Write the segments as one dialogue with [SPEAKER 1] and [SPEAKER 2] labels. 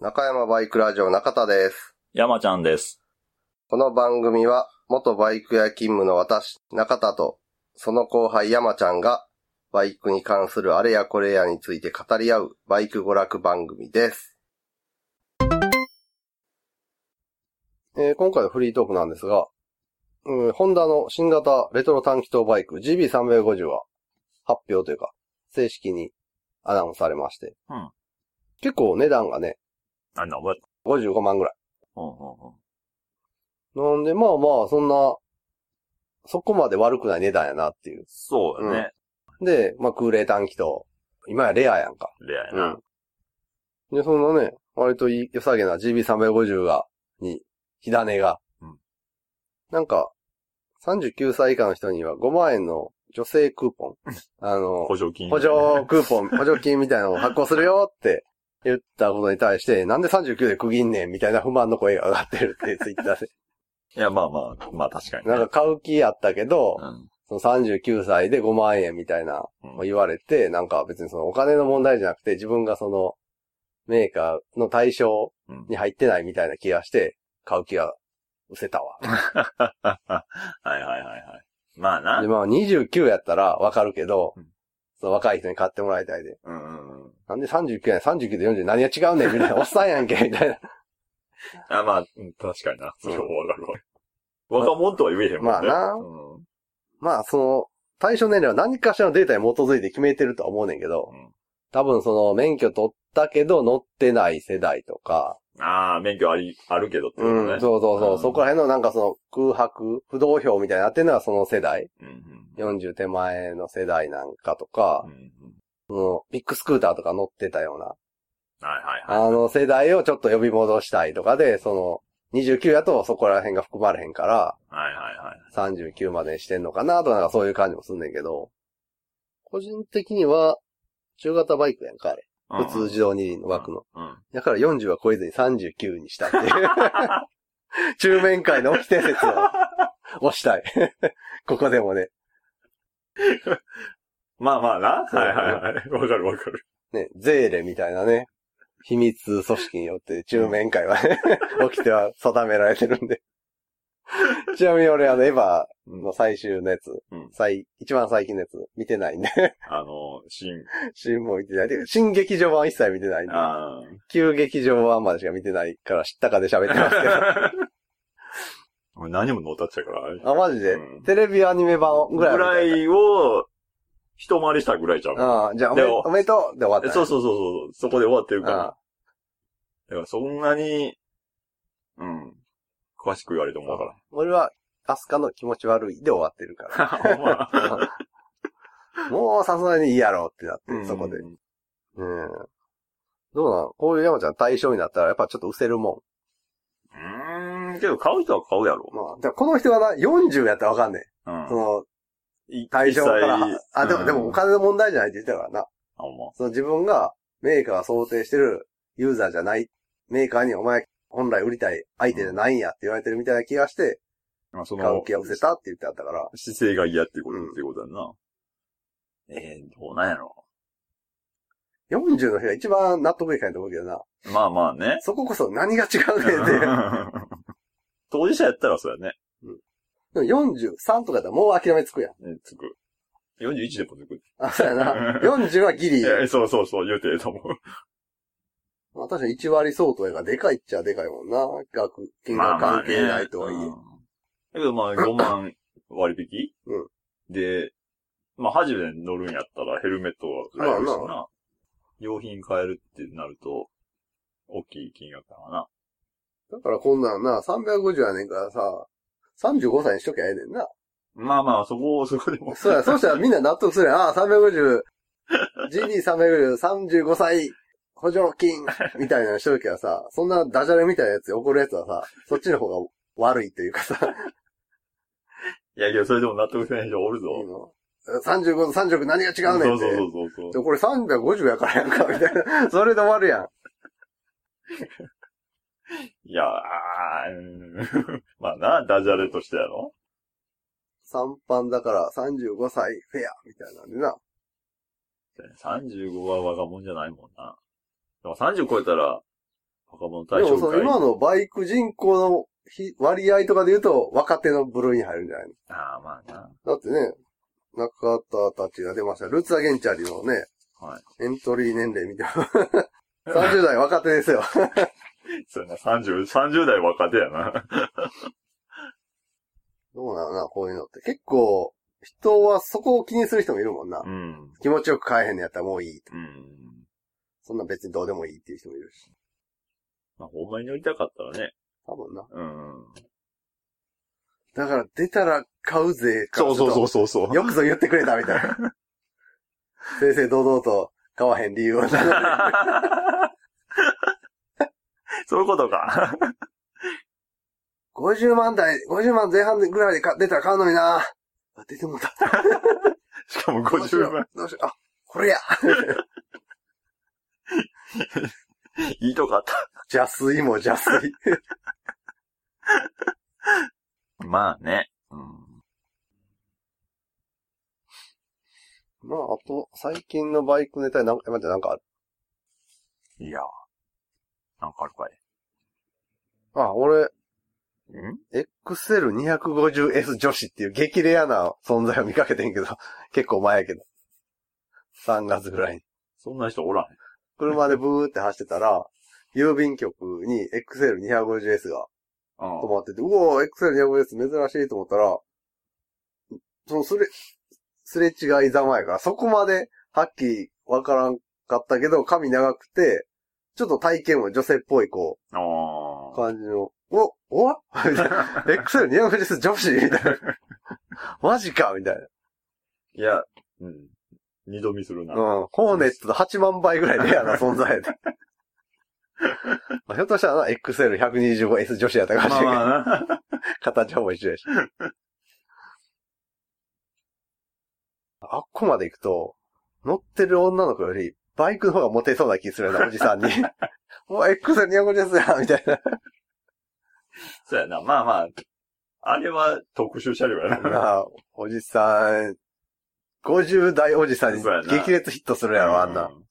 [SPEAKER 1] 中山バイクラジオ中田です。
[SPEAKER 2] 山ちゃんです。
[SPEAKER 1] この番組は、元バイク屋勤務の私、中田と、その後輩山ちゃんが、バイクに関するあれやこれやについて語り合う、バイク娯楽番組です。えー今回のフリートークなんですが、うん、ホンダの新型レトロ短気筒バイク GB350 は、発表というか、正式にアナウンスされまして。
[SPEAKER 2] うん
[SPEAKER 1] 結構値段がね、
[SPEAKER 2] あんな、覚え
[SPEAKER 1] 55万ぐらい
[SPEAKER 2] うんう
[SPEAKER 1] な
[SPEAKER 2] ん
[SPEAKER 1] んで、まあまあ、そんな、そこまで悪くない値段やなっていう。
[SPEAKER 2] そうやね。
[SPEAKER 1] で、まあ空冷短気と、今やレアやんか。
[SPEAKER 2] レアやな。
[SPEAKER 1] うん。で、そんなね、割といい良さげな GB350 が、に、火種が。
[SPEAKER 2] うん
[SPEAKER 1] なんか、39歳以下の人には5万円の女性クー ポン。あの、
[SPEAKER 2] 補助金。
[SPEAKER 1] 補助クーポン、補助金みたいなのを発行するよって言ったことに対して、なんで39で区切んねんみたいな不満の声が上がってるってツイッターで。
[SPEAKER 2] いや、まあまあ、まあ確かにね。
[SPEAKER 1] なんか買う気やったけど、
[SPEAKER 2] うん、
[SPEAKER 1] その39歳で5万円みたいな、
[SPEAKER 2] うん
[SPEAKER 1] 言われて、なんか別にそのお金の問題じゃなくて、自分がその、メーカーの対象
[SPEAKER 2] うん
[SPEAKER 1] に入ってないみたいな気がして、買う気が失せた わ。
[SPEAKER 2] はいはいはいはい。まあな。
[SPEAKER 1] で、
[SPEAKER 2] うん
[SPEAKER 1] まあ29やったらわかるけど
[SPEAKER 2] うん、
[SPEAKER 1] その若い人に買ってもらいたいで。
[SPEAKER 2] うんうん。
[SPEAKER 1] なんで39やねん、39と40何が違うねんみたいな、おっさんやんけ、みたいな。
[SPEAKER 2] あ、まあ、うん確かにな。それはわかるわ。若者とは言えへんもんね。
[SPEAKER 1] まあな
[SPEAKER 2] うん
[SPEAKER 1] まあその、対象年齢は何かしらのデータに基づいて決めてるとは思うねんけど
[SPEAKER 2] うん、
[SPEAKER 1] 多分その免許取ったけど乗ってない世代とか、
[SPEAKER 2] ああ、免許あり、あるけどってことね。
[SPEAKER 1] うん、そうそうそう。
[SPEAKER 2] うん
[SPEAKER 1] そこら辺のなんかその空白、不動票みたいになってるのはその世代、
[SPEAKER 2] うんうん。
[SPEAKER 1] 40手前の世代なんかとか
[SPEAKER 2] う、んうん
[SPEAKER 1] そのビッグスクーターとか乗ってたような、
[SPEAKER 2] はいはいはい。
[SPEAKER 1] あの世代をちょっと呼び戻したいとかで、その29やとそこら辺が含まれへんから、
[SPEAKER 2] はいはいはい。
[SPEAKER 1] 39までにしてんのかなとかなんかそういう感じもすんねんけど、個人的には、中型バイクやんか、あれ。
[SPEAKER 2] うん
[SPEAKER 1] 普通自動二輪の枠の。
[SPEAKER 2] うん。
[SPEAKER 1] だから40は超えずに39にしたっていう。 中面界の起きて説を押したい。 ここでもね。
[SPEAKER 2] まあまあな。
[SPEAKER 1] そう
[SPEAKER 2] はいはいはい。わかるわかる。
[SPEAKER 1] ね、ゼーレみたいなね、秘密組織によって中面界 はね、起きては定められてるんで。ちなみに俺あの、エヴァの最終のやつ、
[SPEAKER 2] うん
[SPEAKER 1] 最、一番最近のやつ見てないんで、
[SPEAKER 2] あの、新、
[SPEAKER 1] 新も見てない。てか新劇場版一切見てないんで、
[SPEAKER 2] あー
[SPEAKER 1] 旧劇場版までしか見てないから知ったかで喋ってますけ ど。
[SPEAKER 2] 俺何もノータッチだから。
[SPEAKER 1] あ、マジで、
[SPEAKER 2] うん
[SPEAKER 1] テレビアニメ版ぐらい
[SPEAKER 2] ぐ
[SPEAKER 1] は
[SPEAKER 2] ら
[SPEAKER 1] 見た
[SPEAKER 2] いを、一回りしたぐらいじゃん。
[SPEAKER 1] ああ、じゃあおめ
[SPEAKER 2] でも
[SPEAKER 1] おめでとうで終わった、
[SPEAKER 2] え
[SPEAKER 1] ね。
[SPEAKER 2] そうそうそうそう。そこで終わってるから。
[SPEAKER 1] ああ
[SPEAKER 2] だからそんなに、うん。詳しく言われてもわか
[SPEAKER 1] 俺は、アスカの気持ち悪いで終わってるから。
[SPEAKER 2] らん。ほんま
[SPEAKER 1] もうさすがにいいやろってなって、そこで。
[SPEAKER 2] う
[SPEAKER 1] ね
[SPEAKER 2] ん
[SPEAKER 1] えどうなのこういう山ちゃん対象になったらやっぱちょっと失せるも
[SPEAKER 2] うーん、けど買う人は買うやろ
[SPEAKER 1] ん。。まあ、でもこの人がな、40やったらわかんね
[SPEAKER 2] う
[SPEAKER 1] え。
[SPEAKER 2] ん。
[SPEAKER 1] その、
[SPEAKER 2] い
[SPEAKER 1] 対象から
[SPEAKER 2] 一切。
[SPEAKER 1] あ、でも、
[SPEAKER 2] うん
[SPEAKER 1] でもお金の問題じゃないって言ってたからな。
[SPEAKER 2] あ、ほんま。
[SPEAKER 1] その自分がメーカーが想定してるユーザーじゃない、メーカーにお前本来売りたい相手じゃないんやって言われてるみたいな気がして、
[SPEAKER 2] まあ、そ
[SPEAKER 1] 買う気が失せたって言ってあったから。
[SPEAKER 2] 姿勢が嫌ってこと、
[SPEAKER 1] うん
[SPEAKER 2] ってことやんな。えー、どうなんやろ。
[SPEAKER 1] 40の人が一番納得いかないと思うけどな。
[SPEAKER 2] まあまあね。
[SPEAKER 1] そこ こそ何が違うねんって。
[SPEAKER 2] 当事者やったらそうやね。
[SPEAKER 1] でも43とかだったらもう諦めつくやん。
[SPEAKER 2] うんつく。41でもつく。
[SPEAKER 1] あ、そうやな。40はギリ。
[SPEAKER 2] えそうそうそう、言うてええと思う。
[SPEAKER 1] まあ確かに1割相当やから、でかいっちゃでかいもんな。額、金額関係ないとはいえ。
[SPEAKER 2] まあまあねうんだけど まあ、5万割引
[SPEAKER 1] うん
[SPEAKER 2] で、まあ、初めて乗るんやったらヘルメットは買えるしな。用品買えるってなると、大きい金額だわな。
[SPEAKER 1] だからこんなんな、350やねんからさ、35歳にしときゃええねんな。
[SPEAKER 2] まあまあ、そこを、そこでも。
[SPEAKER 1] そうや、そうしたらみんな納得するやん。ああ、350、GD350、35歳、補助金、みたいなのしときゃさ、そんなダジャレみたいなやつで怒るやつはさ、そっちの方が悪いというかさ、
[SPEAKER 2] いや、けどそれでも納得せない人おるぞ。
[SPEAKER 1] いいの35と36何が違うねんって。
[SPEAKER 2] そうそうそうそう
[SPEAKER 1] でこれ350やからやんか、みたいな。 それで終わるやん。
[SPEAKER 2] いやー、うーん まあな、ダジャレとしてやろ。
[SPEAKER 1] 3班だから35歳フェア、みたいなんでな。
[SPEAKER 2] 35は我が物じゃないもんな。でも30超えたら、若者
[SPEAKER 1] で
[SPEAKER 2] 対
[SPEAKER 1] も
[SPEAKER 2] 象
[SPEAKER 1] そ
[SPEAKER 2] 会
[SPEAKER 1] の。今のバイク人口の比割合とかで言うと、若手の部類に入るんじゃない
[SPEAKER 2] ああ、まあな。
[SPEAKER 1] のだってね、中田たちが出ました。ルーツアゲンチャリのね、
[SPEAKER 2] はい。
[SPEAKER 1] エントリー年齢見ても 30代若手ですよ。
[SPEAKER 2] そうやな、30、30代若手やな。
[SPEAKER 1] どうなのな、こういうのって。結構、人はそこを気にする人もいるもんな。
[SPEAKER 2] うん。
[SPEAKER 1] 気持ちよく買えへんのやったらもういいと。
[SPEAKER 2] うん。
[SPEAKER 1] そんなん別にどうでもいいっていう人もいるし。
[SPEAKER 2] まあ、ほんまに乗りたかったらね。
[SPEAKER 1] 多分な。
[SPEAKER 2] うん。
[SPEAKER 1] だから出たら買うぜから
[SPEAKER 2] そうそう
[SPEAKER 1] ちょ
[SPEAKER 2] そ
[SPEAKER 1] っ
[SPEAKER 2] うそうそう
[SPEAKER 1] と。よくぞ言ってくれたみたいな。正々堂々と買わへん理由はな。
[SPEAKER 2] そういうことか。
[SPEAKER 1] 50万台、50万前半ぐらいでか出たら買うのにな。あ出てもうた。
[SPEAKER 2] しかも
[SPEAKER 1] どうしよ
[SPEAKER 2] 50万
[SPEAKER 1] う。どうしよう。あ、これや。
[SPEAKER 2] いいとこあっ
[SPEAKER 1] 邪水も邪水。
[SPEAKER 2] た。まあね。うん。
[SPEAKER 1] まあ、あと、最近のバイクネタなんか、え待って、なんかある。
[SPEAKER 2] いや。なんかあるか
[SPEAKER 1] あ、俺、
[SPEAKER 2] い。ん
[SPEAKER 1] XL250S 女子っていう激レアな存在を見かけてんけど、結構前やけど。3月ぐらいに。
[SPEAKER 2] そんな人おらん。
[SPEAKER 1] 車でブーって走ってたら、郵便局に XL250S が止まってて、うおー、XL250S 珍しいと思ったら、そのすれ、すれ違いざまやから、そこまではっきりわからんかったけど、髪長くて、ちょっと体型も女性っぽい、こ
[SPEAKER 2] あ
[SPEAKER 1] う、
[SPEAKER 2] あ。
[SPEAKER 1] 感じの、お、おみたいな。XL250S 女子みたいな。マジかみたい
[SPEAKER 2] いや、うん。二度見するな。
[SPEAKER 1] な。うん。ホーネットと8万倍ぐらいレア な存在やで。まあひょっとしたらな、XL125S 女子やったかもし
[SPEAKER 2] ま
[SPEAKER 1] れ
[SPEAKER 2] あ
[SPEAKER 1] んけど
[SPEAKER 2] まあな。
[SPEAKER 1] 形はもう一緒やし。あっこまで行くと、乗ってる女の子より、バイクの方がモテそうな気するよな、おじさ んに。もう X250 ですやみたいな。
[SPEAKER 2] そうやな。まあまあ。あれは特殊車両やな。
[SPEAKER 1] なあおじさん、50代おじさんに
[SPEAKER 2] そうやな
[SPEAKER 1] 激烈ヒットするやろ、あんな。
[SPEAKER 2] う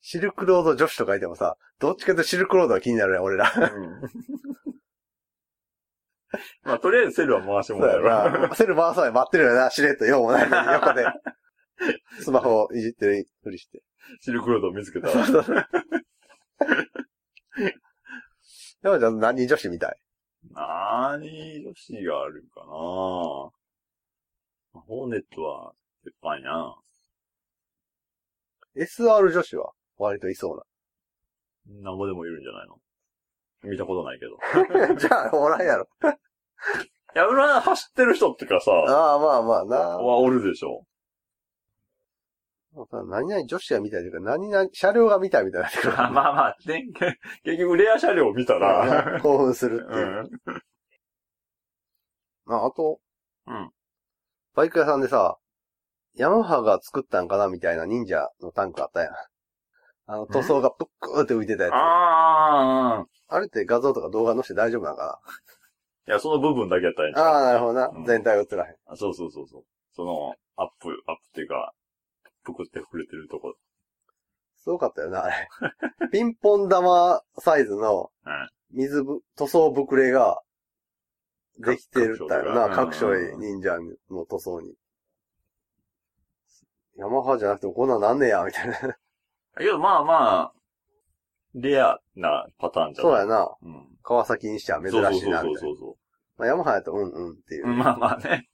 [SPEAKER 1] シルクロード女子とかいてもさ、どっちかというとシルクロードが気になるやん、俺ら。
[SPEAKER 2] うん。まあ、とりあえずセルは回して
[SPEAKER 1] そ
[SPEAKER 2] も
[SPEAKER 1] う
[SPEAKER 2] らえ
[SPEAKER 1] や
[SPEAKER 2] るわ。
[SPEAKER 1] な。セル回さない待ってるよな、しれっと、ようもないのに横 で。スマホいじってるふりして。
[SPEAKER 2] シルクロードを見つけた
[SPEAKER 1] そう
[SPEAKER 2] ら。
[SPEAKER 1] そうそう。山ちゃん何女子みたい
[SPEAKER 2] なーに女子があるかなホーネットは、鉄板やな。
[SPEAKER 1] ?SR 女子は割といそ
[SPEAKER 2] なんぼでもいるんじゃないの見たことないけど。いう
[SPEAKER 1] な。じゃあ、おらんやろ。
[SPEAKER 2] や、裏走ってる人ってかさ、
[SPEAKER 1] ああ、まあまあな。
[SPEAKER 2] はおるでしょ。
[SPEAKER 1] 何々女子が見たいというか、何々、車両が見たいみたいになってくる。
[SPEAKER 2] まあまあ、で 結局レア車両を見た ら、
[SPEAKER 1] 興奮す
[SPEAKER 2] う
[SPEAKER 1] るっていう。
[SPEAKER 2] ん。
[SPEAKER 1] まあ、あと、
[SPEAKER 2] うん。
[SPEAKER 1] バイク屋さんでさ、ヤマハが作ったんかなみたいな忍者のタンクあったやん。あの、塗装がぷっくーって浮いてたやつ。あ
[SPEAKER 2] ああ。
[SPEAKER 1] れって画像とか動画載せて大丈夫なんか
[SPEAKER 2] いや、その部分だけやったらいいんち
[SPEAKER 1] な
[SPEAKER 2] ゃう
[SPEAKER 1] ああ、なるほどな
[SPEAKER 2] うん。
[SPEAKER 1] 全体映らへん。
[SPEAKER 2] あそうそうそうそう。その、アップ、アップっていうか、ぷくって触れてるとこ。
[SPEAKER 1] すごかったよな、あれ。ピンポン玉サイズの
[SPEAKER 2] うん
[SPEAKER 1] 水ぶ、塗装ぶくれができてるんだよな、
[SPEAKER 2] 各
[SPEAKER 1] 各
[SPEAKER 2] 所
[SPEAKER 1] 所
[SPEAKER 2] が
[SPEAKER 1] へ忍者の塗装に。ヤマハじゃなくてもこんなんなんねや、みたいな。
[SPEAKER 2] だけど、まあまあ、レアなパターンじゃ
[SPEAKER 1] そう
[SPEAKER 2] ない
[SPEAKER 1] やな。
[SPEAKER 2] うん。
[SPEAKER 1] 川崎にしては珍しいな、
[SPEAKER 2] そ
[SPEAKER 1] み
[SPEAKER 2] う
[SPEAKER 1] たい
[SPEAKER 2] そ
[SPEAKER 1] な
[SPEAKER 2] う。そ
[SPEAKER 1] まあ、ヤマハやと、うんうんっていう
[SPEAKER 2] そう。。まあまあね。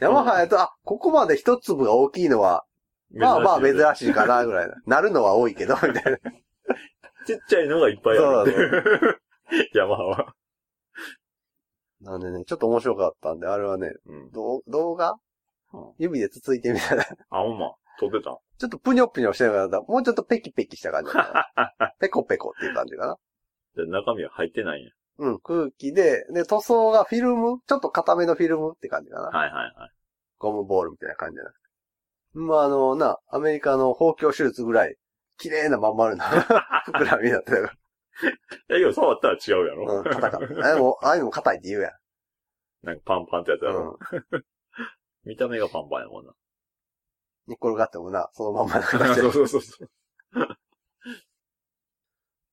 [SPEAKER 1] ヤマハやと、あ、ここまで一粒が大きいのは、まあまあ珍
[SPEAKER 2] い。
[SPEAKER 1] しいかな、ぐらいな。なるのは多いけど、みたいな。
[SPEAKER 2] ちっちゃいのがいっぱいあるって いう。ヤマハは。
[SPEAKER 1] なんでね、ちょっと面白かったんで、あれはね、
[SPEAKER 2] うん。
[SPEAKER 1] どう動画
[SPEAKER 2] うん
[SPEAKER 1] 指でつついてみたいな。
[SPEAKER 2] あ、ほんま。撮ってた
[SPEAKER 1] ちょっとぷにょぷにょしてなかった。もうちょっとペキペキした感じか な。ペコペコっていう感じかな。
[SPEAKER 2] じゃあ中身は入ってないんや。
[SPEAKER 1] うん、空気で、で、塗装がフィルムちょっと固めのフィルムって感じかな。
[SPEAKER 2] はいはいはい。
[SPEAKER 1] ゴムボールみたいな感じじゃなくて。まあ、あの、な、アメリカの包協手術ぐらい、綺麗なまん丸 なふくらみだったよ。
[SPEAKER 2] だけど触ったら違うやろ。
[SPEAKER 1] うん、 硬かった。あれも、ああいうのも硬いって言うやん。
[SPEAKER 2] なんかパンパンってやつや
[SPEAKER 1] う
[SPEAKER 2] ろ。
[SPEAKER 1] ん。
[SPEAKER 2] 見た目がパンパンや もんな。
[SPEAKER 1] 寝っ転がってもな、そのまんまの形で。
[SPEAKER 2] そうそうそうそう。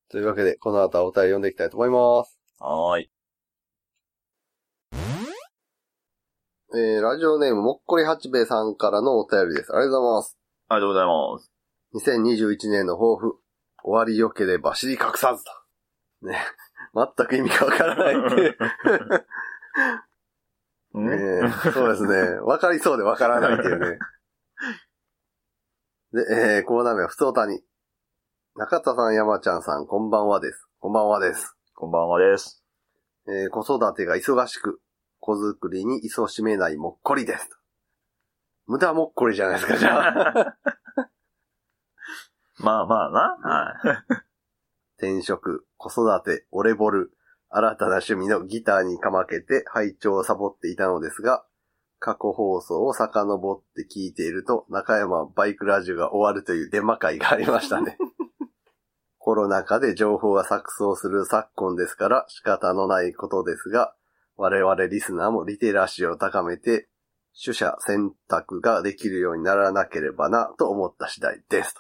[SPEAKER 1] というわけで、この後はお便り読んでいきたいと思います。
[SPEAKER 2] はーい。
[SPEAKER 1] えー、ラジオネーム、もっこり八兵衛さんからのお便りです。ありがとうございます。
[SPEAKER 2] ありがとうございます。
[SPEAKER 1] 2021年の抱負、終わり良ければ知り隠さずと。ね。 全く意味がわからないっていう。
[SPEAKER 2] うん
[SPEAKER 1] ねえそうですね。わかりそうでわからないっていうね。で、えー、コーナー名は普通谷。中田さん、山ちゃんさん、こんばんはです。こんばんはです。
[SPEAKER 2] こんばんはです。
[SPEAKER 1] えー、子育てが忙しく、子作りに勤しめないもっこりです。無駄もっこりじゃないですか、じゃあ。
[SPEAKER 2] まあまあな。はい。
[SPEAKER 1] 転職、子育て、オレボル、新たな趣味のギターにかまけて拝聴をサボっていたのですが、過去放送を遡って聞いていると、中山バイクラジオが終わるというデマ会がありましたね。コロナ禍で情報が錯綜する昨今ですから仕方のないことですが、我々リスナーもリテラシーを高めて、取捨選択ができるようにならなければなと思った次第です。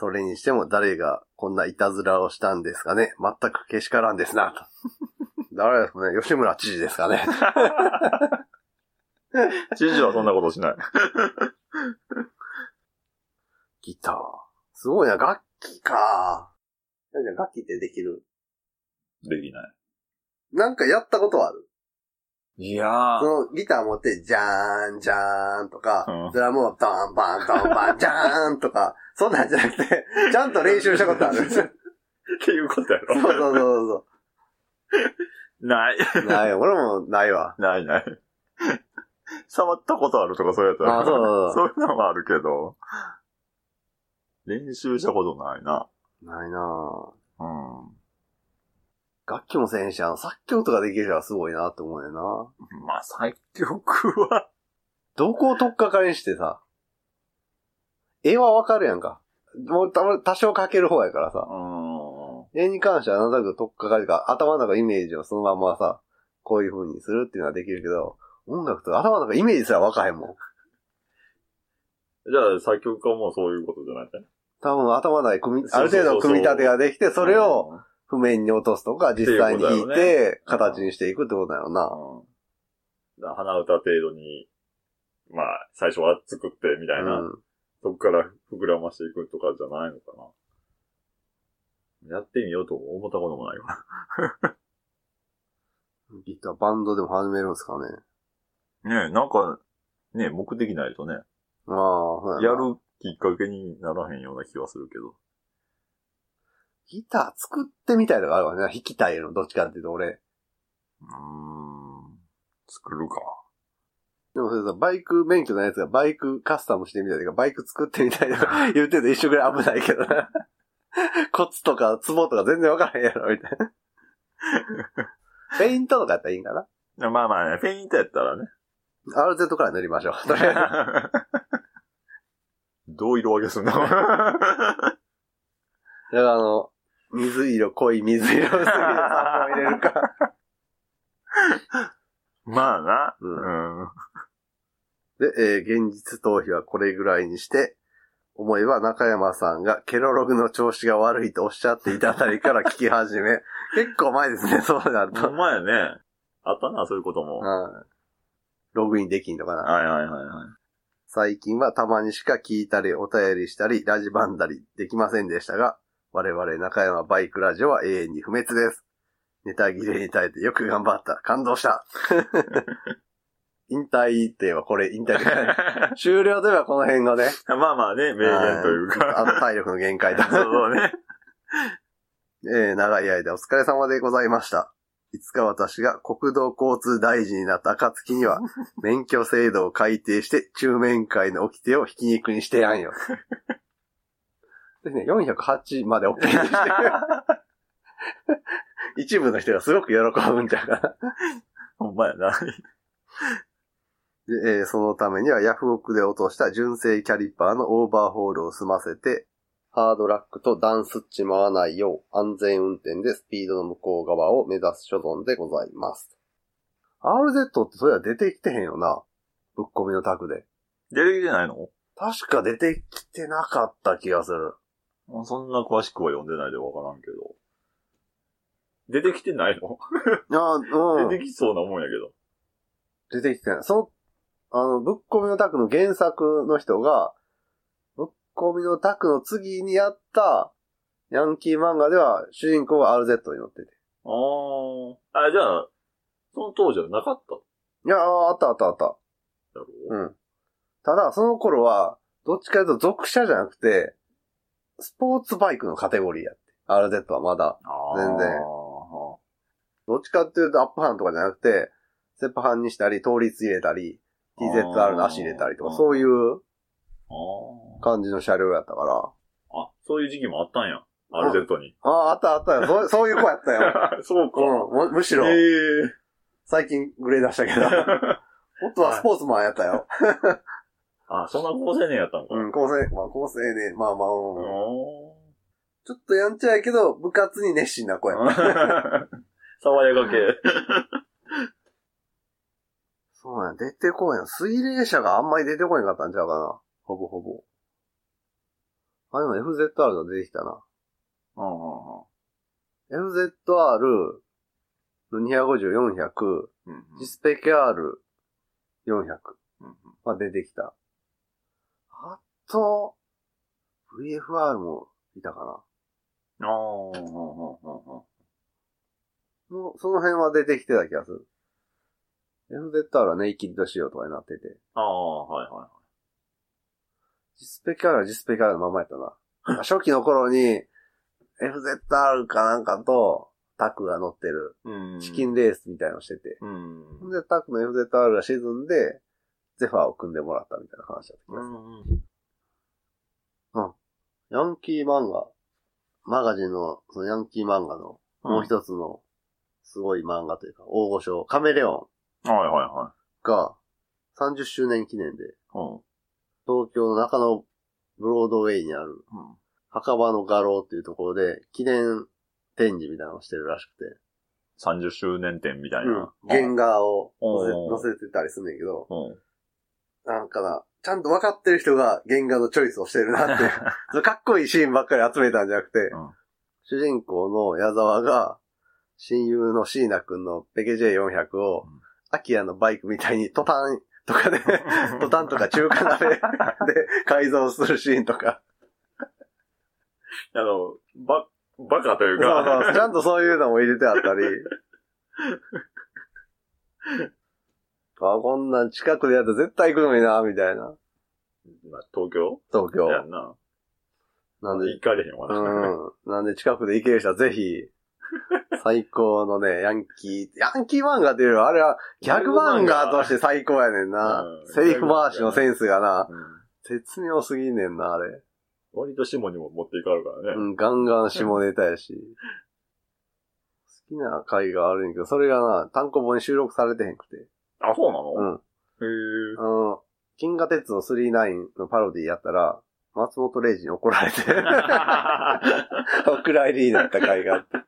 [SPEAKER 1] それにしても誰がこんないたずらをしたんですかね全くけしからんです な、と。誰ですかね吉村知事ですかね
[SPEAKER 2] 知事はそんなことしない。
[SPEAKER 1] ギター。すごいな、楽器か。じゃあ楽器ってできる
[SPEAKER 2] できない。
[SPEAKER 1] なんかやったことある
[SPEAKER 2] いやー
[SPEAKER 1] そ。のギター持って、じゃーん、じゃーんとか、
[SPEAKER 2] うん
[SPEAKER 1] ドラムをドンバン、ドンバン、じゃーんとか、そんなんじゃなく て、ちゃんと練習したことある。そう
[SPEAKER 2] っていうことや
[SPEAKER 1] そう
[SPEAKER 2] ろ。
[SPEAKER 1] そうそ
[SPEAKER 2] ない。
[SPEAKER 1] う。ない、俺もないわ。
[SPEAKER 2] ないない。 触ったことあるとかそういうやつ
[SPEAKER 1] あそうそうそ
[SPEAKER 2] そういうのはあるけど、練習したことないな。
[SPEAKER 1] ないなぁ。
[SPEAKER 2] うん。
[SPEAKER 1] 楽器もせんし、あの、作曲とかできる人はすごいなって思うよな。
[SPEAKER 2] まあ、作曲は、
[SPEAKER 1] どこをとっかかりにしてさ、絵はわかるやんか。もうた多少描ける方やからさ。
[SPEAKER 2] う
[SPEAKER 1] 絵に関してはなんとなくとっかかりか、頭の中イメージをそのまんまさ、こういう風にするっていうのはできるけど、音楽とか頭の中イメージすらわかへんもん。
[SPEAKER 2] ん。じゃあ、作曲家もそういうことじゃない
[SPEAKER 1] 多分頭の中で組み、
[SPEAKER 2] そ
[SPEAKER 1] あ
[SPEAKER 2] うそう
[SPEAKER 1] る
[SPEAKER 2] そうそう
[SPEAKER 1] 程度組み立てができて、それを、
[SPEAKER 2] うん
[SPEAKER 1] 譜面に落とすとか、実際に弾い
[SPEAKER 2] ってい
[SPEAKER 1] て、形にしていくってことだよな。
[SPEAKER 2] うんだから鼻歌程度に、まあ、最初は作ってみたいな、
[SPEAKER 1] うん。
[SPEAKER 2] そこから膨らましていくとかじゃないのかな。やってみようと思ったこともないわ。
[SPEAKER 1] ギターバンドでも始めるんですかね。
[SPEAKER 2] ねえ、なんか、ねえ、目的ないとね、
[SPEAKER 1] まあ、そうな
[SPEAKER 2] やるきっかけにならへんような気がするけど。
[SPEAKER 1] ギター作ってみたいのがあるわね。弾きたいの、どっちかっていうと俺。
[SPEAKER 2] うーん。作るか。
[SPEAKER 1] でもそれさ、バイク免許のやつがバイクカスタムしてみたいとか、バイク作ってみたいとか言ってて一緒ぐらい危ないけどな。 コツとかツボとか全然わからへんやろ、みたい な。ペイントとかやったらいいんかな
[SPEAKER 2] まあまあね、ペイントやったらね。
[SPEAKER 1] ?RZ からい塗りましょ う。とりあえず
[SPEAKER 2] どう色分けすんのあ
[SPEAKER 1] だからあの、水色、濃い水色、薄いの3本入 れるか。
[SPEAKER 2] まあな。
[SPEAKER 1] う
[SPEAKER 2] うん。
[SPEAKER 1] で、えー現実逃避はこれぐらいにして、思いは中山さんがケロログの調子が悪いとおっしゃっていたあたりから聞き始 め、結構前ですね、そうなる
[SPEAKER 2] ほ
[SPEAKER 1] と。
[SPEAKER 2] んまやね。あったな、そういうことも。
[SPEAKER 1] うんログインできんのかな。
[SPEAKER 2] はいはいはいはい。
[SPEAKER 1] 最近はたまにしか聞いたり、お便りしたり、ラジバンダリできませんでしたが、我々中山バイクラジオは永遠に不滅です。ネタ切れに耐えてよく頑張った。感動 した。引退って言えばこれ、引退って言えば終了といえばこの辺がね、
[SPEAKER 2] まあまあね、名言という
[SPEAKER 1] あ
[SPEAKER 2] か。
[SPEAKER 1] の体力の限界
[SPEAKER 2] そ
[SPEAKER 1] だ
[SPEAKER 2] う。そうね。
[SPEAKER 1] えー長い間お疲れ様でございました。いつか私が国土交通大臣になった暁には、免許制度を改定して、中面会の掟をひき肉にしてやんよ。でね、408まで OK に して、一部の人がすごく喜ぶんじゃうから。
[SPEAKER 2] ほんまやな。
[SPEAKER 1] でえーそのためにはヤフオクで落とした純正キャリパーのオーバーホールを済ませて、ハードラックとダンスッチ回らないよう安全運転でスピードの向こう側を目指す所存でございます。RZ ってそれは出てきてへんよな。ぶっ込みのタクで。
[SPEAKER 2] 出てきてないの
[SPEAKER 1] 確か出てきてなかった気がする。
[SPEAKER 2] まあそんな詳しくは読んでないでわからんけど。出てきてないの、
[SPEAKER 1] あーうん。
[SPEAKER 2] 出てきそうなもんやけど。
[SPEAKER 1] 出てきてない。その、あの、ぶっこみのタクの原作の人が、ぶっこみのタクの次にやった、ヤンキー漫画では、主人公が RZ に乗ってて。
[SPEAKER 2] ああ。あ、じゃあ、その当時はなかったん
[SPEAKER 1] いやー、あったあったあった。
[SPEAKER 2] だろう、
[SPEAKER 1] うん。ただ、その頃は、どっちかというと属車じゃなくて、スポーツバイクのカテゴリーやって。RZ はまだ。
[SPEAKER 2] あー
[SPEAKER 1] 全然どっちかっていうとアップハンとかじゃなくて、セッパハンにしたり、倒立入れたり、TZR の足入れたりと
[SPEAKER 2] あ
[SPEAKER 1] か、
[SPEAKER 2] ー
[SPEAKER 1] そういう
[SPEAKER 2] あ
[SPEAKER 1] 感じの車両やったから。
[SPEAKER 2] あ。あ、そういう時期もあったんや。RZ に。
[SPEAKER 1] ああ、あったあったよ。 そうそういう子やったよ。
[SPEAKER 2] そう
[SPEAKER 1] うん
[SPEAKER 2] か。、
[SPEAKER 1] むむし
[SPEAKER 2] え
[SPEAKER 1] ろ、
[SPEAKER 2] え
[SPEAKER 1] 最近グレー出したけ ど、元はスポーツマンやったよ。
[SPEAKER 2] あ、そんな高青年やったんか。
[SPEAKER 1] うん、高青、まあ高青年、まあまあ、
[SPEAKER 2] あ
[SPEAKER 1] うん
[SPEAKER 2] ー
[SPEAKER 1] ちょっとやんちゃやけど、部活に熱心な子やった。
[SPEAKER 2] 爽やか系。
[SPEAKER 1] そうや、出てこいな。水冷車があんまり出てこへんかったんちゃうかな。ほぼほぼ。あ、でも FZR が出てきたな。
[SPEAKER 2] うんうんうん
[SPEAKER 1] FZR の250、400、
[SPEAKER 2] うん
[SPEAKER 1] ジスペケ R400
[SPEAKER 2] うんうん
[SPEAKER 1] は出てきた。あと、VFR もいたか
[SPEAKER 2] あーうんうんうんうん
[SPEAKER 1] な。もう、その辺は出てきてた気がする。FZR はネイキッド仕様とかになってて。
[SPEAKER 2] ああ、はいはい。
[SPEAKER 1] ジスペキャラ、ジスペキャラのままやった な。初期の頃に、FZR かなんかと、タクが乗ってる、
[SPEAKER 2] うん
[SPEAKER 1] チキ。ンレースみたいのしてて。
[SPEAKER 2] うん。
[SPEAKER 1] ほんで、タクの FZR が沈んで、ゼファーを組んでもらったみたいな話だった気
[SPEAKER 2] う
[SPEAKER 1] がする
[SPEAKER 2] んうん
[SPEAKER 1] ヤンキー漫画、マガジンの、そのヤンキー漫画の、もう一つの、すごい漫画というか、大御所、カメレオ
[SPEAKER 2] はいはい
[SPEAKER 1] ン
[SPEAKER 2] は
[SPEAKER 1] が、30周年記念で、
[SPEAKER 2] い。うん。
[SPEAKER 1] 東京の中野ブロードウェイにある、
[SPEAKER 2] うん
[SPEAKER 1] 墓場の画廊っていうところで、記念展示みたいなのをしてるらしくて、
[SPEAKER 2] 30周年展みたいな。
[SPEAKER 1] 原画を
[SPEAKER 2] お
[SPEAKER 1] 載
[SPEAKER 2] ー
[SPEAKER 1] せ載せてたりするんだけど、
[SPEAKER 2] うん。
[SPEAKER 1] なんかな、ちゃんと分かってる人が原画のチョイスをしてる なって、そのかっこいいシーンばっかり集めたんじゃなくて、
[SPEAKER 2] うん
[SPEAKER 1] 主人公の矢沢が、親友の椎名くんのペケ J400 を
[SPEAKER 2] うん、
[SPEAKER 1] アキラのバイクみたいにトタンとか で、トタンとか中華鍋 で改造するシーンとか、
[SPEAKER 2] あの、ば、バカという
[SPEAKER 1] そう
[SPEAKER 2] か。
[SPEAKER 1] そう、ちゃんとそういうのも入れてあったり。 あ、こんなん近くでやったら絶対行くのにな、みたいな。
[SPEAKER 2] まあ東京
[SPEAKER 1] 東京。
[SPEAKER 2] やんな。
[SPEAKER 1] なんで、
[SPEAKER 2] 行かれへんわ
[SPEAKER 1] う
[SPEAKER 2] な。
[SPEAKER 1] ん。なんで近くで行ける人はぜひ、最高のね、ヤンキー、ヤンキー漫画っていうよりは、あれはギャグ漫画として最高やねんな
[SPEAKER 2] う。ん
[SPEAKER 1] セリフ回しのセンスがな、
[SPEAKER 2] うん
[SPEAKER 1] 絶妙すぎんねんな、あれ。
[SPEAKER 2] 割と下にも持っていかれるから
[SPEAKER 1] う
[SPEAKER 2] ね。
[SPEAKER 1] ん、ガンガン下ネタやし。好きな回があるんやけど、それがな、単行本に収録されてへんくて。
[SPEAKER 2] あ、そうなの
[SPEAKER 1] うん。
[SPEAKER 2] へえ
[SPEAKER 1] あ。の、銀河鉄道39のパロディやったら、松本零士に怒られて、お蔵入りになった回があって。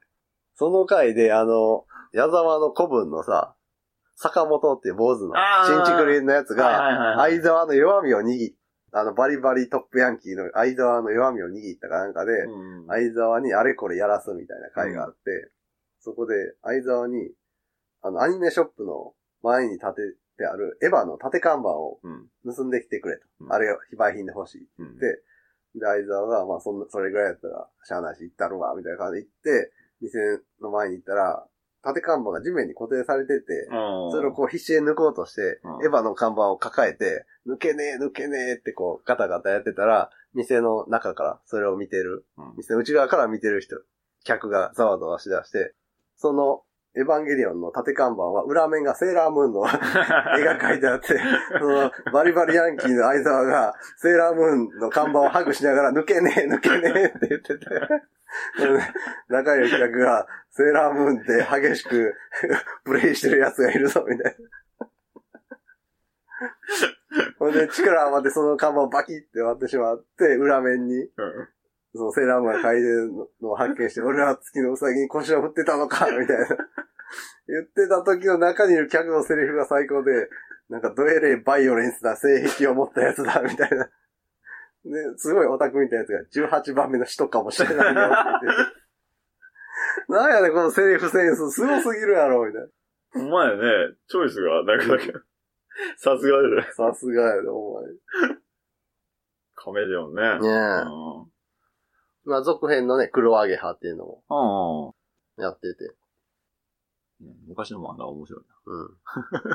[SPEAKER 1] その回で、あの、矢沢の古文のさ、坂本っていう坊主の、
[SPEAKER 2] あ
[SPEAKER 1] 新
[SPEAKER 2] ー
[SPEAKER 1] 築連のやつが、
[SPEAKER 2] はいはいはい
[SPEAKER 1] 相沢の弱みを握っあの、バリバリトップヤンキーの相沢の弱みを握ったかなんかで、
[SPEAKER 2] うん
[SPEAKER 1] 相沢にあれこれやらすみたいな回があって、そこで相沢に、あの、アニメショップの前に立ててあるエヴァの縦看板を
[SPEAKER 2] うん
[SPEAKER 1] 盗んできてくれと。
[SPEAKER 2] うん
[SPEAKER 1] あれを非売品で欲しい。
[SPEAKER 2] うん
[SPEAKER 1] でで、相沢が、まあ、そんな、それぐらいやったら、しゃあないし行ったろわ、みたいな感じで行って、店の前に行ったら、縦看板が地面に固定されてて、
[SPEAKER 2] うん
[SPEAKER 1] それをこう必死で抜こうとして
[SPEAKER 2] う、ん
[SPEAKER 1] エヴァの看板を抱えて、抜けねえ、抜けねえってこう、ガタガタやってたら、店の中からそれを見てる
[SPEAKER 2] うん
[SPEAKER 1] 店の内側から見てる人、客がざわざわしだして、その、エヴァンゲリオンの縦看板は裏面がセーラームーンの絵が描いてあって、そのバリバリヤンキーの相沢がセーラームーンの看板をハグしながら抜けねえ、 抜けねえって言ってて、仲良い客がセーラームーンって激しくプレイしてる奴がいるぞ、みたいな。ほんで力余ってその看板をバキって割ってしまって、裏面に
[SPEAKER 2] うん
[SPEAKER 1] そのセーラームーンが嗅いでるのを発見して、俺は月のウサギに腰を振ってたのか、みたいな。 言ってた時の中にいる客のセリフが最高で、なんかどえれいバイオレンスな性癖を持ったやつだ、みたいな。で、すごいオタクみたいなやつが18番目の人かもしれないよって言って て。なんやねん、このセリフセンス、すごすぎるやろ、みたい
[SPEAKER 2] ほんまやね、チョイスが、なかなか、さすがやね。
[SPEAKER 1] な。さすがやで、お前。
[SPEAKER 2] カメレオンね。
[SPEAKER 1] ねえ
[SPEAKER 2] うん。
[SPEAKER 1] まあ、続編のね、黒アゲハっていうのも
[SPEAKER 2] あ
[SPEAKER 1] やってて。
[SPEAKER 2] あ。昔の漫画は面白いな。
[SPEAKER 1] う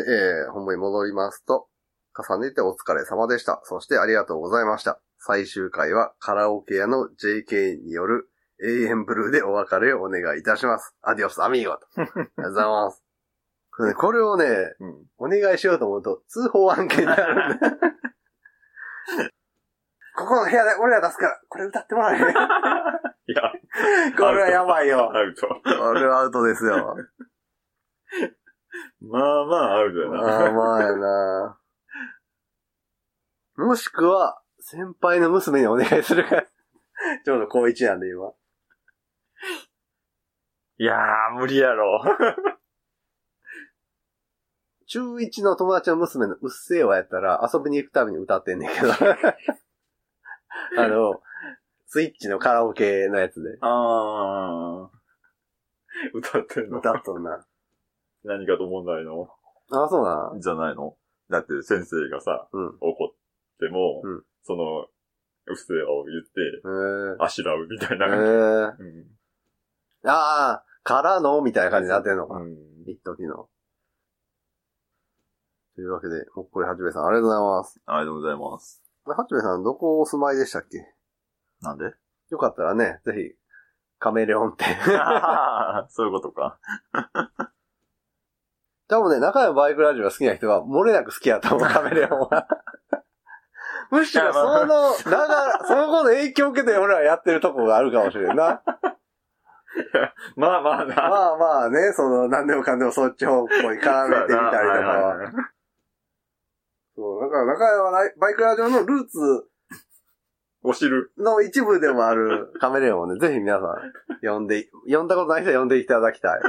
[SPEAKER 1] ん。で、えー、本部に戻りますと、重ねてお疲れ様でした。そしてありがとうございました。最終回はカラオケ屋の JK による永遠ブルーでお別れをお願いいたします。アディオス、アミーゴと。ありがとうございます。これねこれをね、
[SPEAKER 2] うん。
[SPEAKER 1] お願いしようと思うと、通報案件になるんだ。 ここの部屋で俺ら出すから、これ歌ってもらえへん
[SPEAKER 2] いや、
[SPEAKER 1] これはやばい よ。
[SPEAKER 2] アウト。
[SPEAKER 1] これはアウトですよ。
[SPEAKER 2] まあまあ、アウトや
[SPEAKER 1] まあ
[SPEAKER 2] な。
[SPEAKER 1] まあやな。もしくは、先輩の娘にお願いするか。ちょうど高一なんで今。
[SPEAKER 2] いやー、無理やろ。
[SPEAKER 1] 中一の友達の娘のうっせぇわやったら遊びに行くために歌ってんねんけ ど。あの、スイッチのカラオケのやつで。
[SPEAKER 2] あー。歌ってんの
[SPEAKER 1] 歌っとんな。
[SPEAKER 2] 何かと問題の
[SPEAKER 1] あ、そうな。
[SPEAKER 2] じゃないのだって先生がさ、
[SPEAKER 1] うん。
[SPEAKER 2] 怒っても、
[SPEAKER 1] うん
[SPEAKER 2] その、うっせぇわを言って、
[SPEAKER 1] えー
[SPEAKER 2] あしらうみたい
[SPEAKER 1] え
[SPEAKER 2] な。
[SPEAKER 1] ー、
[SPEAKER 2] うん。
[SPEAKER 1] ああ、からのみたいな感じになってんのか。
[SPEAKER 2] うん
[SPEAKER 1] 一時の。というわけで、もっこりはじめさんありがとうございます。
[SPEAKER 2] ありがとうございます。
[SPEAKER 1] まあはちめさん、どこお住まいでしたっけ
[SPEAKER 2] な んで
[SPEAKER 1] よかったらね、ぜひ、カメレオン店。
[SPEAKER 2] そういうことか。
[SPEAKER 1] 多分ね、中山バイクラジオが好きな人は、漏れなく好きやと思う、カメレオンは。 むしろ、その、だから、その子の影響を受けて俺らやってるとこがあるかもしれんな。
[SPEAKER 2] まあまあな。
[SPEAKER 1] まあまあね、その、何でもかんでもそっち方向に絡めてみたりとかは。そう、だから中山ライバイクラジオのルーツ
[SPEAKER 2] お汁。
[SPEAKER 1] の一部でもあるカメレオンをね、ぜひ皆さん、呼んで、呼んだことない人は呼んでいただきたい。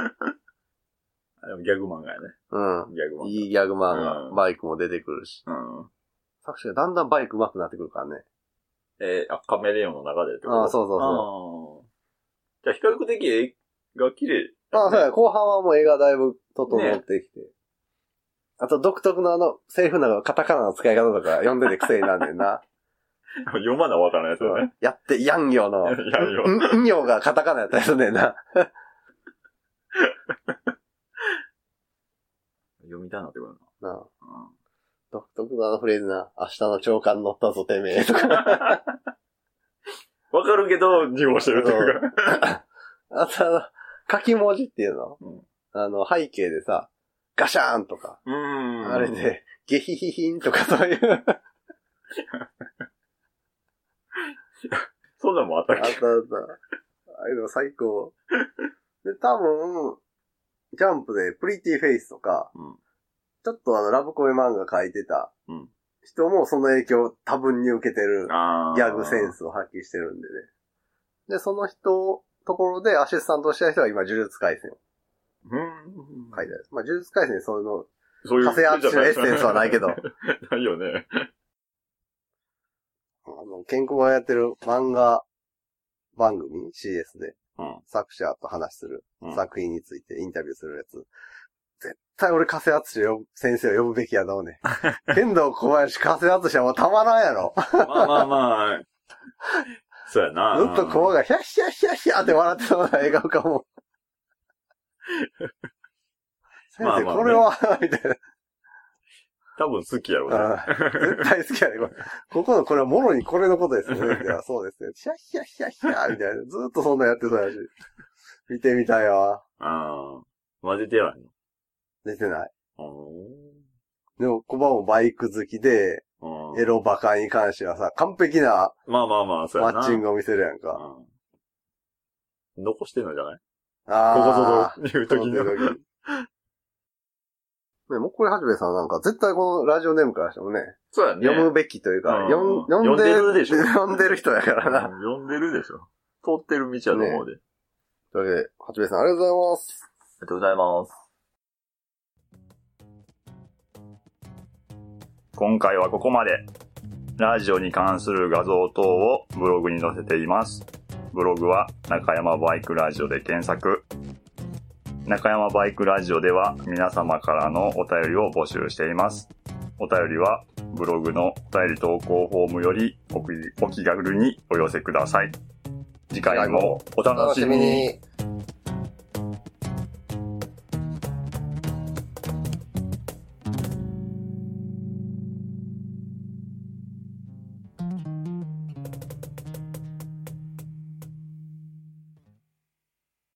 [SPEAKER 2] あでもギャグ漫画やね。
[SPEAKER 1] うん。
[SPEAKER 2] ギャグ漫
[SPEAKER 1] いいギャグ漫画、
[SPEAKER 2] うん
[SPEAKER 1] バイクも出てくるし。
[SPEAKER 2] 画。うん。
[SPEAKER 1] 作詞がだんだんバイク上手くなってくるからね。
[SPEAKER 2] えーあ、カメレオンの中でってこと
[SPEAKER 1] あーそうそう
[SPEAKER 2] そう。じゃあ比較的絵が綺麗、
[SPEAKER 1] ああ、そうや、後半はもう映画だいぶ整ってきて。あと独特のあの、セリフなど、カタカナの使い方とか読んでて癖になんねんな。
[SPEAKER 2] 読まなわからないやつだね。
[SPEAKER 1] やって、ヤンギョの、
[SPEAKER 2] ヤン ギョ
[SPEAKER 1] んん行がカタカナやったりすんねんな。
[SPEAKER 2] 読みたいなってこと
[SPEAKER 1] なあ
[SPEAKER 2] だな。
[SPEAKER 1] 独特のあのフレーズな、明日の朝刊乗ったぞ、てめえ、とか。
[SPEAKER 2] うん。わかるけど、濁してるというか。
[SPEAKER 1] あとあの、書き文字っていうの、
[SPEAKER 2] うん
[SPEAKER 1] あの、背景でさ、ガシャーンとか、
[SPEAKER 2] うん
[SPEAKER 1] あれ。で、ゲヒヒヒンとかそういう。
[SPEAKER 2] そんなんもあったっ
[SPEAKER 1] あったあっ
[SPEAKER 2] け
[SPEAKER 1] た。あれの最高。で、多分、ジャンプでプリティフェイスとか、
[SPEAKER 2] うん
[SPEAKER 1] ちょっとあの、ラブコメ漫画書いてた
[SPEAKER 2] うん
[SPEAKER 1] 人もその影響を多分に受けてる
[SPEAKER 2] あー
[SPEAKER 1] ギャグセン。スを発揮してるんでね。で、その人、ところでアシスタントをした人は今、呪術回戦を
[SPEAKER 2] うん。
[SPEAKER 1] 書いてある。まあ、呪術回戦その、
[SPEAKER 2] そういう
[SPEAKER 1] 加瀬淳のエッセンスはないけど
[SPEAKER 2] ないよね。
[SPEAKER 1] あの、ケンコバがやってる漫画番組 ?CS で、
[SPEAKER 2] うん
[SPEAKER 1] 作者と話する
[SPEAKER 2] うん
[SPEAKER 1] 作品についてインタビューするやつ。絶対俺、加瀬厚を呼ぶ先生を呼ぶべきやと思う ね。剣道小林、加瀬厚はもうたまらんやろ。
[SPEAKER 2] まあまあまあ。 そうやな。
[SPEAKER 1] ずっとコバがヒャッヒャッヒャッヒャって笑ってたのが笑顔か も。先
[SPEAKER 2] まあ
[SPEAKER 1] 生、
[SPEAKER 2] まあね
[SPEAKER 1] これは、みたい
[SPEAKER 2] 多分好きやろうね。
[SPEAKER 1] な。うん絶対好きやね。これここの、これはもろにこれのことです よね。いやそうですね。ヒャッヒャッヒャッヒャーみたいな。ずっとそんなやってたらしい。見てみたいわ。
[SPEAKER 2] ああ。混ぜてやらんの。
[SPEAKER 1] 出てない。
[SPEAKER 2] う
[SPEAKER 1] でも、コバもバイク好きで、
[SPEAKER 2] んうん
[SPEAKER 1] エロバカに関してはさ、完璧な
[SPEAKER 2] まあまあまあ、そう
[SPEAKER 1] マ
[SPEAKER 2] やな。
[SPEAKER 1] ッチングを見せるやんか。
[SPEAKER 2] うん残してんのじゃない
[SPEAKER 1] ああ。
[SPEAKER 2] ここぞという時 の。
[SPEAKER 1] ね、もうこれはじめさんなんか、絶対このラジオネームからしてもね、
[SPEAKER 2] そうやね。
[SPEAKER 1] 読むべきというか、
[SPEAKER 2] うん
[SPEAKER 1] 読ん、読んで
[SPEAKER 2] 読んでるでしょ
[SPEAKER 1] 読んでる人やからな。
[SPEAKER 2] うん読んでるでしょ。通ってる道やと思うで。
[SPEAKER 1] というわけで、はじめさんありがとうございます。
[SPEAKER 2] ありがとうございます。今回はここまで。ラジオに関する画像等をブログに載せています。ブログは中山バイクラジオで検索。中山バイクラジオでは皆様からのお便りを募集しています。お便りはブログのお便り投稿フォームよりお気お気軽にお寄せください。次回もお楽しみに。
[SPEAKER 1] に。